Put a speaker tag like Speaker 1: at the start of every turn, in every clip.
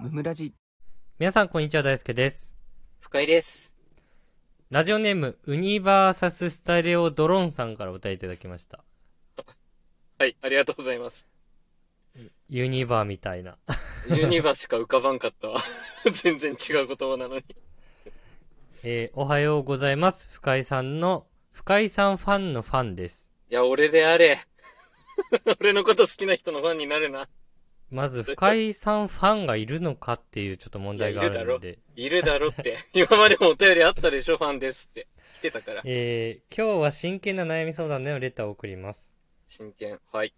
Speaker 1: ムムラジ
Speaker 2: 皆さん、こんにちは。大輔です。
Speaker 3: 深井です。
Speaker 2: ラジオネーム、ユニバーサススタレオドローンさんからお便りいただきました。
Speaker 3: はい、ありがとうございます。
Speaker 2: ユニバーみたいな。
Speaker 3: ユニバしか浮かばんかったわ。 全然違う言葉なのに。
Speaker 2: えーおはようございます。深井さんの、深井さんファンのファンです。
Speaker 3: いや、俺であれ。 俺のこと好きな人のファンになるな。
Speaker 2: まず、深井さんファンがいるのかっていうちょっと問題があるので、
Speaker 3: いるだろって。 今までもお便りあったでしょ、ファンですって。来てたから。
Speaker 2: えー今日は真剣な悩み相談のレターを送ります。
Speaker 3: 真剣。はい。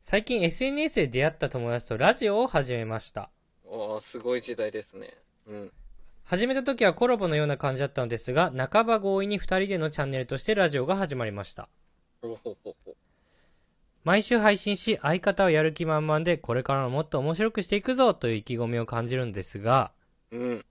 Speaker 2: 最近 SNS で出会った友達とラジオを始めました。
Speaker 3: おー、すごい時代ですね。うん。
Speaker 2: 始めた時はコラボのような感じだったのですが、半ば強引に二人でのチャンネルとしてラジオが始まりました。
Speaker 3: ほほほほ。
Speaker 2: 毎週配信し、相方はやる気満々で、これからももっと面白くしていくぞという意気込みを感じるんですが、
Speaker 3: うん。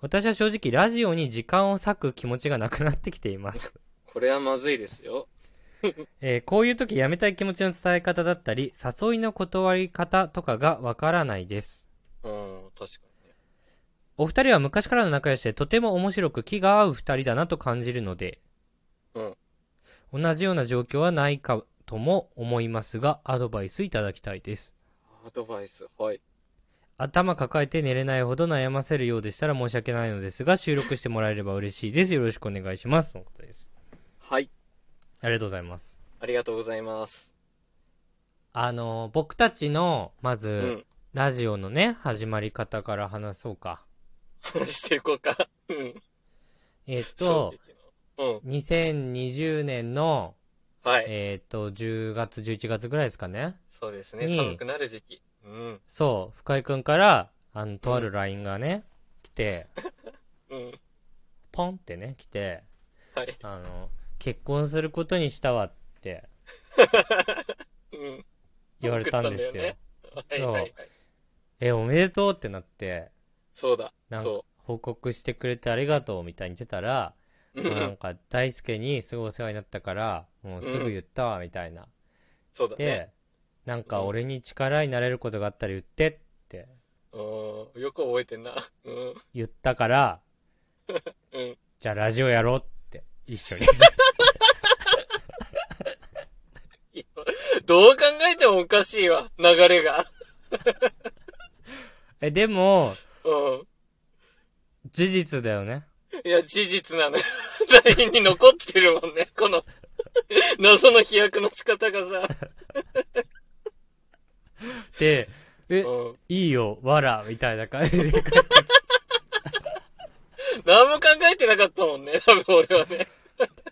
Speaker 2: 私は正直ラジオに時間を割く気持ちがなくなってきています。
Speaker 3: これはまずいですよ。
Speaker 2: えーこういう時やめたい気持ちの伝え方だったり、誘いの断り方とかがわからないです。
Speaker 3: うん、確かにね。
Speaker 2: お二人は昔からの仲良しでとても面白く気が合う二人だなと感じるので、
Speaker 3: うん
Speaker 2: 同じような状況はないかとも思いますが、アドバイスいただきたいです。
Speaker 3: アドバイス。はい。
Speaker 2: 頭抱えて寝れないほど悩ませるようでしたら申し訳ないのですが、収録してもらえれば嬉しいです。よろしくお願いします。のことです。
Speaker 3: はい。
Speaker 2: ありがとうございます。
Speaker 3: ありがとうございます。
Speaker 2: あの、僕たちの、まず、
Speaker 3: うん。
Speaker 2: ラジオのね、始まり方から話そうか。
Speaker 3: 話 していこうか。うん。
Speaker 2: えっ、と、
Speaker 3: 衝撃の。
Speaker 2: 2020年の、
Speaker 3: うん。はい。
Speaker 2: えっ、と、10月、11月ぐらいですかね。
Speaker 3: そうですね、
Speaker 2: に
Speaker 3: 寒くなる時期。うん。
Speaker 2: そう、深井くんから、あの、とある LINE がね、来て、
Speaker 3: うん。
Speaker 2: ポンってね、来て、
Speaker 3: はい。
Speaker 2: あの、結婚することにしたわって
Speaker 3: うん。
Speaker 2: 言われたんですよ。
Speaker 3: 送ったんだよね。はいはいはい。
Speaker 2: え、おめでとうってなって、
Speaker 3: そうだ。
Speaker 2: なんか
Speaker 3: そ
Speaker 2: 報告してくれてありがとうみたいに言ってたら、
Speaker 3: う。う
Speaker 2: まあなん
Speaker 3: ん。
Speaker 2: か大輔にすごいお世話になったから、もうすぐ言ったわみたいな。
Speaker 3: そうだね。
Speaker 2: で、なんか俺に力になれることがあったら言ってって
Speaker 3: うん。よく覚えてんな。うん。
Speaker 2: 言ったから、
Speaker 3: うん。
Speaker 2: じゃあラジオやろうって、一 緒に。
Speaker 3: どう考えてもおかしいわ。流れが。
Speaker 2: え、でも、
Speaker 3: う
Speaker 2: 事実だよね。
Speaker 3: ん。いや、事実なの。LINE に残ってるもんね。この、 謎の飛躍の仕方がさ。
Speaker 2: で、え、
Speaker 3: うん。
Speaker 2: いいよ、わら、みたいな感じ で。
Speaker 3: 何も考えてなかったもんね。多分俺はね。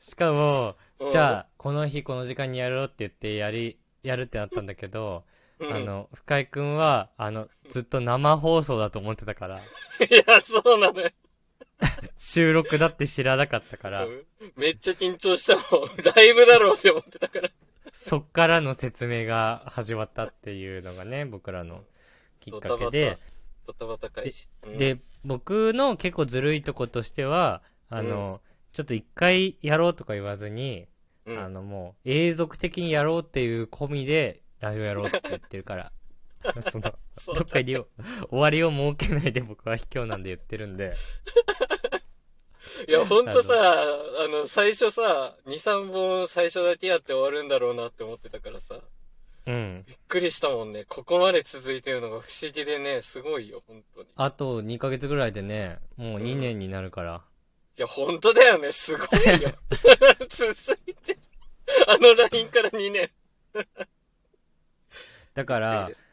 Speaker 2: しかも、
Speaker 3: うん
Speaker 2: じゃあ、この日この時間にやろうって言って、やり、やるってなったんだけど、
Speaker 3: うん
Speaker 2: あの、深井くんは、あの、ずっと生放送だと思ってた から、
Speaker 3: いや、そうなのよ。
Speaker 2: 収録だって知らなかったから
Speaker 3: う、んめっちゃ緊張したもん。 ライブだろうって思ってたから。
Speaker 2: そっからの説明が始まったっていうのがね、僕らのきっかけで、
Speaker 3: ドタバタ開始。うん、
Speaker 2: で、僕の結構ずるいとことしては、あの、ちょっと一回やろうとか言わずに、
Speaker 3: うん
Speaker 2: あのもう永続的にやろうっていう込みでラジオやろうって言ってるから その
Speaker 3: そう
Speaker 2: どっかりを終わりを設けないで僕は卑怯なんで言ってるんで
Speaker 3: いや、ほんとさ、あの、最初さ、2、3本最初だけやって終わるんだろうなって思ってたからさ、
Speaker 2: うん
Speaker 3: びっくりしたもんね。ここまで続いてるのが不思議でね、すごいよ、ほんとに。い
Speaker 2: あと2ヶ月ぐらいでねもう2年になるから、
Speaker 3: や、ほんとだよね、すご いよ。続いてる。あのラインから2年。
Speaker 2: だか
Speaker 3: いい
Speaker 2: ら
Speaker 3: です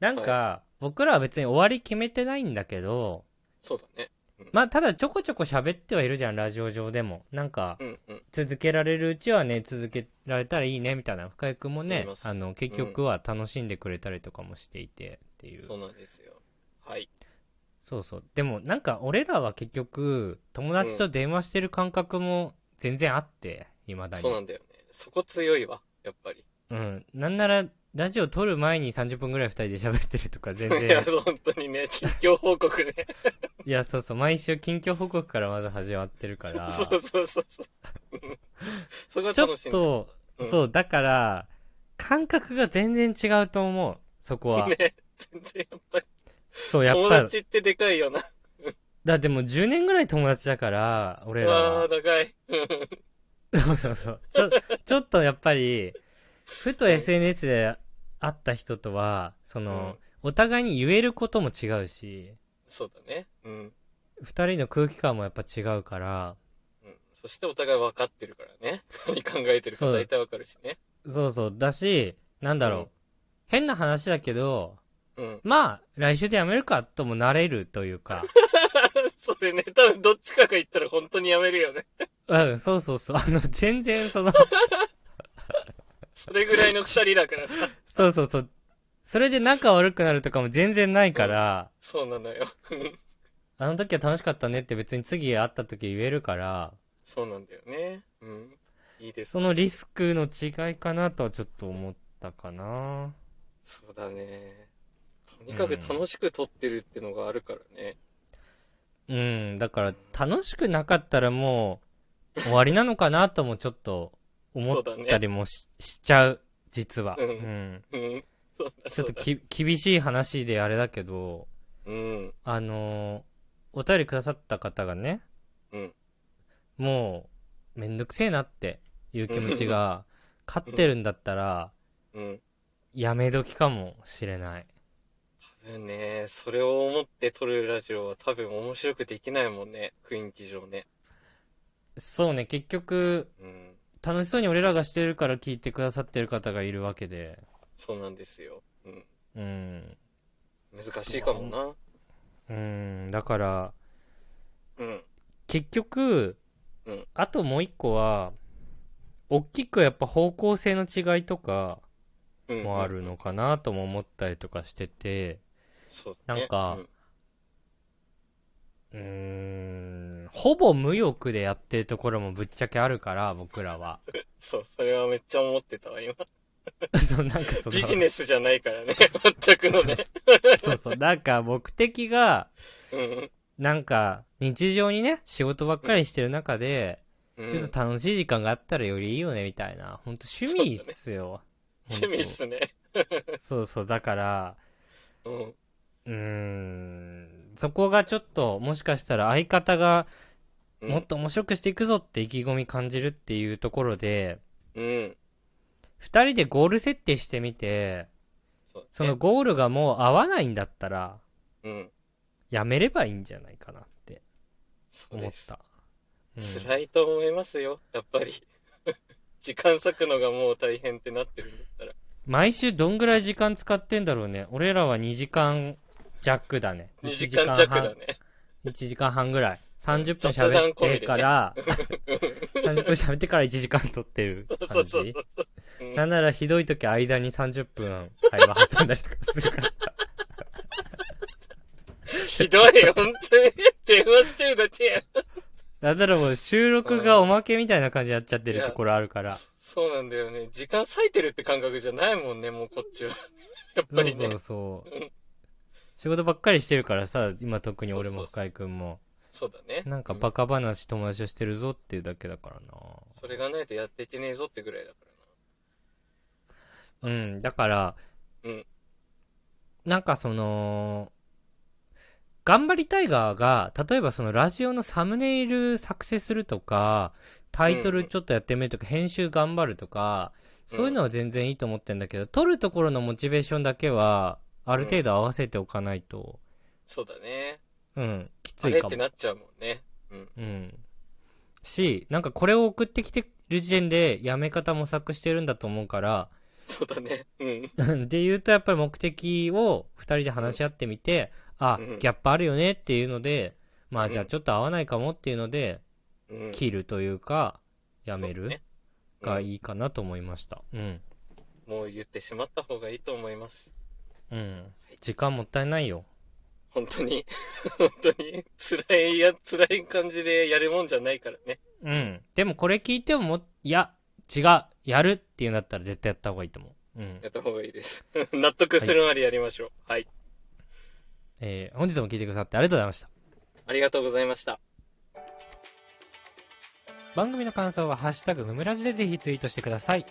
Speaker 2: なんか僕らは別に終わり決めてないんだけど
Speaker 3: そうだね。
Speaker 2: まあただちょこちょこ喋ってはいるじゃんラジオ上でもなんか
Speaker 3: うんうん。
Speaker 2: 続けられるうちはね続けられたらいいねみたいな深井君も
Speaker 3: 思
Speaker 2: ね
Speaker 3: います
Speaker 2: あの結局は楽しんでくれたりとかもしていてっていう
Speaker 3: そうなんですよ。はい。
Speaker 2: そうそうでもなんか俺らは結局友達と電話してる感覚も全然あっていまだに
Speaker 3: そうなんだよね。そこ強いわ、やっぱり。
Speaker 2: うんなんならラジオ撮る前に30分ぐらい2人で喋ってるとか全
Speaker 3: いや、
Speaker 2: 然
Speaker 3: ほんとにね、近況報告ね。
Speaker 2: いやそうそう毎週近況報告からまず始まってるから
Speaker 3: そうそうそう そう。うんそこが
Speaker 2: ちょ
Speaker 3: 楽しい
Speaker 2: っ
Speaker 3: んだよ
Speaker 2: と、
Speaker 3: うん
Speaker 2: そうだから感覚が全然違うと思うそこは、
Speaker 3: ね、全然やっぱり。
Speaker 2: そう、やっ
Speaker 3: 友
Speaker 2: ぱ、
Speaker 3: 達ってでかいよな。
Speaker 2: だってもう10年ぐらい友達だから、俺ら
Speaker 3: わあ、
Speaker 2: は。
Speaker 3: 高い。
Speaker 2: そうそうそう。ちょ、ちょっとやっぱり、ふと SNS で会った人とは、その、お互いに言えることも違うし、
Speaker 3: そうだね。うん。
Speaker 2: 二人の空気感もやっぱ違うから、
Speaker 3: うんそしてお互い分かってるからね。 何考えてるか
Speaker 2: そう
Speaker 3: 大体分かるしね。
Speaker 2: そうそう、だし、なんだろう。
Speaker 3: うん
Speaker 2: 変な話だけど、
Speaker 3: うん。
Speaker 2: まあ、来週でやめるかともなれるというか、
Speaker 3: それね、多分どっちかが言ったら本当にやめるよね。
Speaker 2: うん、そうそうそう、あの、全然その、
Speaker 3: それぐらいの二人だから。
Speaker 2: そうそうそう、それで仲悪くなるとかも全然ないから、
Speaker 3: そうなのよ。うん
Speaker 2: あの時は楽しかったねって別に次会った時言えるから、
Speaker 3: そうなんだよね。うん。いいです。
Speaker 2: そのリスクの違いかなとはちょっと思ったかな。
Speaker 3: そうだね。とにかく楽しく撮ってるってのがあるからね。
Speaker 2: うん、だから楽しくなかったらもう終わりなのかなともちょっと思ったりもし,、しちゃう、実は。
Speaker 3: うん
Speaker 2: うん
Speaker 3: うん。そうだ、
Speaker 2: ちょ
Speaker 3: そ
Speaker 2: っ
Speaker 3: う
Speaker 2: と
Speaker 3: だ。
Speaker 2: き 厳しい話であれだけど、
Speaker 3: うん。
Speaker 2: あのーお便りくださった方がね、
Speaker 3: うん。
Speaker 2: もうめんどくせえなっていう気持ち が勝ってるんだったら、
Speaker 3: うん。
Speaker 2: やめ時かもしれない。
Speaker 3: 多分ね、それを思って撮るラジオは多分面白くできないもんね。雰囲気上ね。
Speaker 2: そうね、結局、
Speaker 3: うん。
Speaker 2: 楽しそうに俺らがしてるから聞いてくださってる方がいるわけで、
Speaker 3: そうなんですよ。うん。
Speaker 2: うん。
Speaker 3: 難しいかもな。
Speaker 2: うん、だから、
Speaker 3: うん。
Speaker 2: 結局、
Speaker 3: うん
Speaker 2: あともう一個は、大きくやっぱ方向性の違いとか
Speaker 3: うん。
Speaker 2: もあるのかなとも思ったりとかしてて、
Speaker 3: そうだね。
Speaker 2: なんか
Speaker 3: うん
Speaker 2: うーん、ほぼ無欲でやってるところもぶっちゃけあるから、僕らは。
Speaker 3: そう、それはめっちゃ思ってたわ、今。
Speaker 2: そう、なんかその、
Speaker 3: ビジネスじゃないからね。全く のね。
Speaker 2: そうそう、なんか目的が、
Speaker 3: うん
Speaker 2: なんか、日常にね、仕事ばっかりしてる中で、
Speaker 3: うん。
Speaker 2: ちょっと楽しい時間があったらよりいいよね、みたいな。ほんと趣味っすよ。
Speaker 3: 趣味っすね。
Speaker 2: ほんとそうそう、だから、
Speaker 3: うん。
Speaker 2: うーん、そこがちょっと、もしかしたら相方が、
Speaker 3: うん
Speaker 2: もっと面白くしていくぞって意気込み感じるっていうところで、
Speaker 3: うん。
Speaker 2: 二人でゴール設定してみて、
Speaker 3: そうだね
Speaker 2: その、ゴールがもう合わないんだったら、
Speaker 3: うん。
Speaker 2: やめればいいんじゃないかなって
Speaker 3: そう
Speaker 2: 思っ
Speaker 3: です。
Speaker 2: た。うん
Speaker 3: 辛いと思いますよ、やっぱり。 時間割くのがもう大変ってなってるんだったら。
Speaker 2: 毎週どんぐらい時間使ってんだろうね。俺らは2時間弱だね。
Speaker 3: 2時間弱だ
Speaker 2: 半。
Speaker 3: ね。
Speaker 2: 1時間半ぐらい。30分
Speaker 3: 雑談
Speaker 2: 喋っ
Speaker 3: 込みでね
Speaker 2: て から、30分喋ってから1時間撮ってる感じ。
Speaker 3: そうそうそうそう。うん
Speaker 2: なんならひどい時間に30分会話挟んだりとかするから。
Speaker 3: ひどい、本当に。電話してるだけや。
Speaker 2: なんならもう収録がおまけみたいな感じになっちゃってるところあるから。そ
Speaker 3: そうなんだよね。時間割いてるって感覚じゃないもんね、もうこっちは。 やっ
Speaker 2: う
Speaker 3: ぱりね。
Speaker 2: そうそう。仕事ばっかりしてるからさ、今特に俺も深井くんも。
Speaker 3: そうだね。
Speaker 2: なんかバカ話友達としてるぞっていうだけだからな。
Speaker 3: それがないとやっていけねえぞってぐらいだか
Speaker 2: うん、だから、
Speaker 3: うん
Speaker 2: なんかその、頑張りタイガーが、例えばそのラジオのサムネイル作成するとか、タイトルちょっとやってみるとか、編集頑張るとか、そういうのは全然いいと思ってんだけど、撮るところのモチベーションだけは、ある程度合わせておかないと、
Speaker 3: そうだね。
Speaker 2: うん、きつ
Speaker 3: あ
Speaker 2: い
Speaker 3: れ
Speaker 2: か
Speaker 3: って
Speaker 2: も。
Speaker 3: なっちゃうもんね。うん。
Speaker 2: うん。し、なんかこれを送ってきてる時点で、やめ方模索してるんだと思うから、
Speaker 3: そうだね。うん。
Speaker 2: うんで言うとやっぱり目的を2人で話し合ってみて、あ
Speaker 3: うん
Speaker 2: ギャップあるよねっていうのでまあじゃあ
Speaker 3: うん
Speaker 2: ちょっと合わないかもっていうので、
Speaker 3: うん。
Speaker 2: 切るというかやめ
Speaker 3: そう
Speaker 2: る
Speaker 3: ね
Speaker 2: が
Speaker 3: うん
Speaker 2: いいかなと思いましたうん
Speaker 3: もう言ってしまった方がいいと思います。
Speaker 2: うん時間もったいないよ
Speaker 3: 本当に。 本当に。辛いや、辛い感じでやるもんじゃないからね。
Speaker 2: うんでもこれ聞いてももいや違うやるっていうんだったら絶対やった方がいいと思ううん
Speaker 3: やった方がいいです。 納得するまでやりましょう。はい。
Speaker 2: えー本日も聞いてくださってありがとうございました
Speaker 3: ありがとうございました。
Speaker 2: 番組の感想は「ハッシュタグむむらじ」でぜひツイートしてください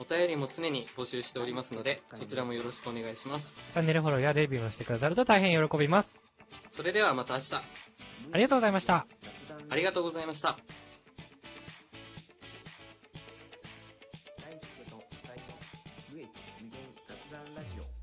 Speaker 3: お便りも常に募集しておりますので、そちらもよろしくお願いします。
Speaker 2: チャンネルフォローやレビューをしてくださると大変喜びます。
Speaker 3: それではまた明日、
Speaker 2: ありがとうございました。
Speaker 3: ありがとうございました。
Speaker 1: 大輔と二人の無益無限雑談ラジオ